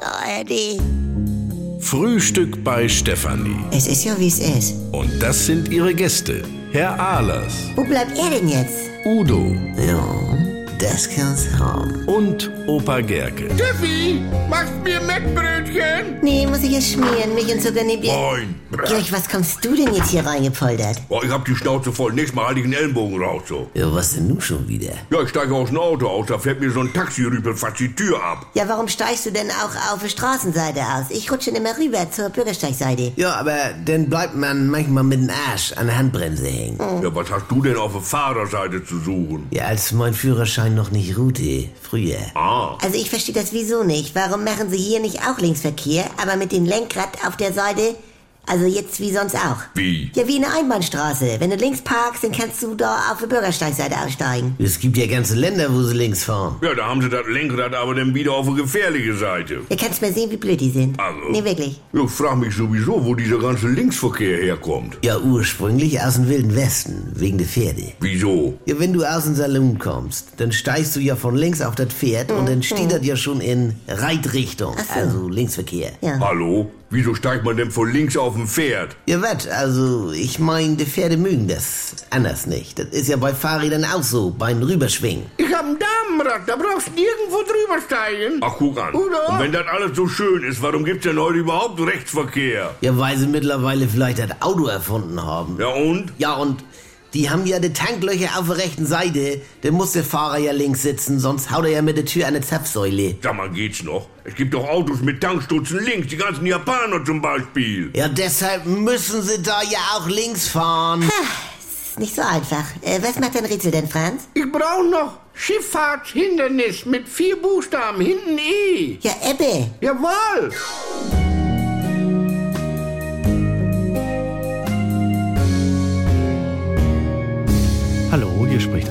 ARD. Frühstück bei Stefanie. Es ist ja, wie es ist. Und das sind ihre Gäste. Herr Ahlers, Wo bleibt er denn jetzt? Udo Ja, das kann's haben. und Opa Gerke. Steffi, machst mir Mettbrötchen? Nee, muss ich jetzt schmieren. Milch und Zucker nehmt ihr. Nein. Georg, was kommst du denn jetzt hier reingepoltert? Oh, ich hab die Schnauze voll. Nächstes Mal halte ich einen Ellenbogen raus. So. Ja, was denn nun schon wieder? Ja, ich steige aus dem Auto aus. Da fährt mir so ein Taxirüpel fast die Tür ab. Ja, warum steigst du denn auch auf der Straßenseite aus? Ich rutsche immer rüber zur Bürgersteigseite. Ja, aber dann bleibt man manchmal mit dem Arsch an der Handbremse hängen. Oh. Ja, was hast du denn auf der Fahrerseite zu suchen? Ja, als mein Führerschein noch nicht ruhte, früher. Ah, Also ich verstehe das wieso nicht. Warum machen sie hier nicht auch Linksverkehr, aber mit dem Lenkrad auf der Seite? Also jetzt wie sonst auch. wie? Ja, wie eine Einbahnstraße. Wenn du links parkst, dann kannst du da auf der Bürgersteigseite aussteigen. Es gibt ja ganze Länder, wo sie links fahren. Ja, da haben sie das Lenkrad aber dann wieder auf eine gefährliche Seite. Ihr kannst mal sehen, wie blöd die sind. Also? Nee, wirklich. Ja, ich frag mich sowieso, wo dieser ganze Linksverkehr herkommt. Ja, ursprünglich aus dem Wilden Westen, wegen der Pferde. Wieso? Ja, wenn du aus dem Salon kommst, dann steigst du ja von links auf das Pferd und dann steht das ja schon in Reitrichtung, Mhm. Ach so. also Linksverkehr. Ja. Hallo? Wieso steigt man denn von links auf ein Pferd? Ja, was? Also, ich meine, die Pferde mögen das anders nicht. Das ist ja bei Fahrrädern auch so, beim Rüberschwingen. Ich hab ein Damenrad, da brauchst du nirgendwo drüber steigen. Ach, guck an. Oder? Und wenn das alles so schön ist, warum gibt's denn heute überhaupt Rechtsverkehr? Ja, weil sie mittlerweile vielleicht das Auto erfunden haben. Ja, und? Ja, und die haben ja die Tanklöcher auf der rechten Seite. Da muss der Fahrer ja links sitzen, sonst haut er ja mit der Tür an die Zapfsäule. Sag mal, geht's noch? Es gibt doch Autos mit Tankstutzen links, die ganzen Japaner zum Beispiel. Ja, deshalb müssen sie da ja auch links fahren. Ah, Ist nicht so einfach. Äh, was macht dein Rätsel denn, Franz? Ich brauch noch Schifffahrtshindernis mit vier Buchstaben, hinten E. Ja, Ebbe. Jawohl. Hallo, hier spricht